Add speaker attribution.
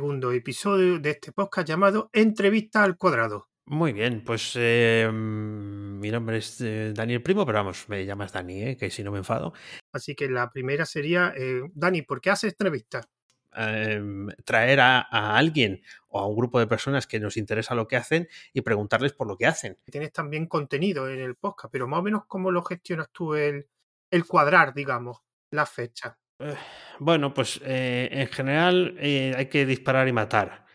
Speaker 1: segundo episodio de este podcast llamado Entrevista al Cuadrado.
Speaker 2: Muy bien, pues eh, mi nombre es eh, Daniel Primo, pero vamos, me llamas Dani, eh, que si no me enfado.
Speaker 1: Así que la primera sería, eh, Dani, ¿por qué haces entrevistas?
Speaker 2: Eh, traer a, a, alguien o a un grupo de personas que nos interesa lo que hacen y preguntarles por lo que hacen.
Speaker 1: Tienes también contenido en el podcast, pero más o menos cómo lo gestionas tú el, el cuadrar, digamos, la fecha.
Speaker 2: Bueno, pues eh, en general eh, hay que disparar y matar.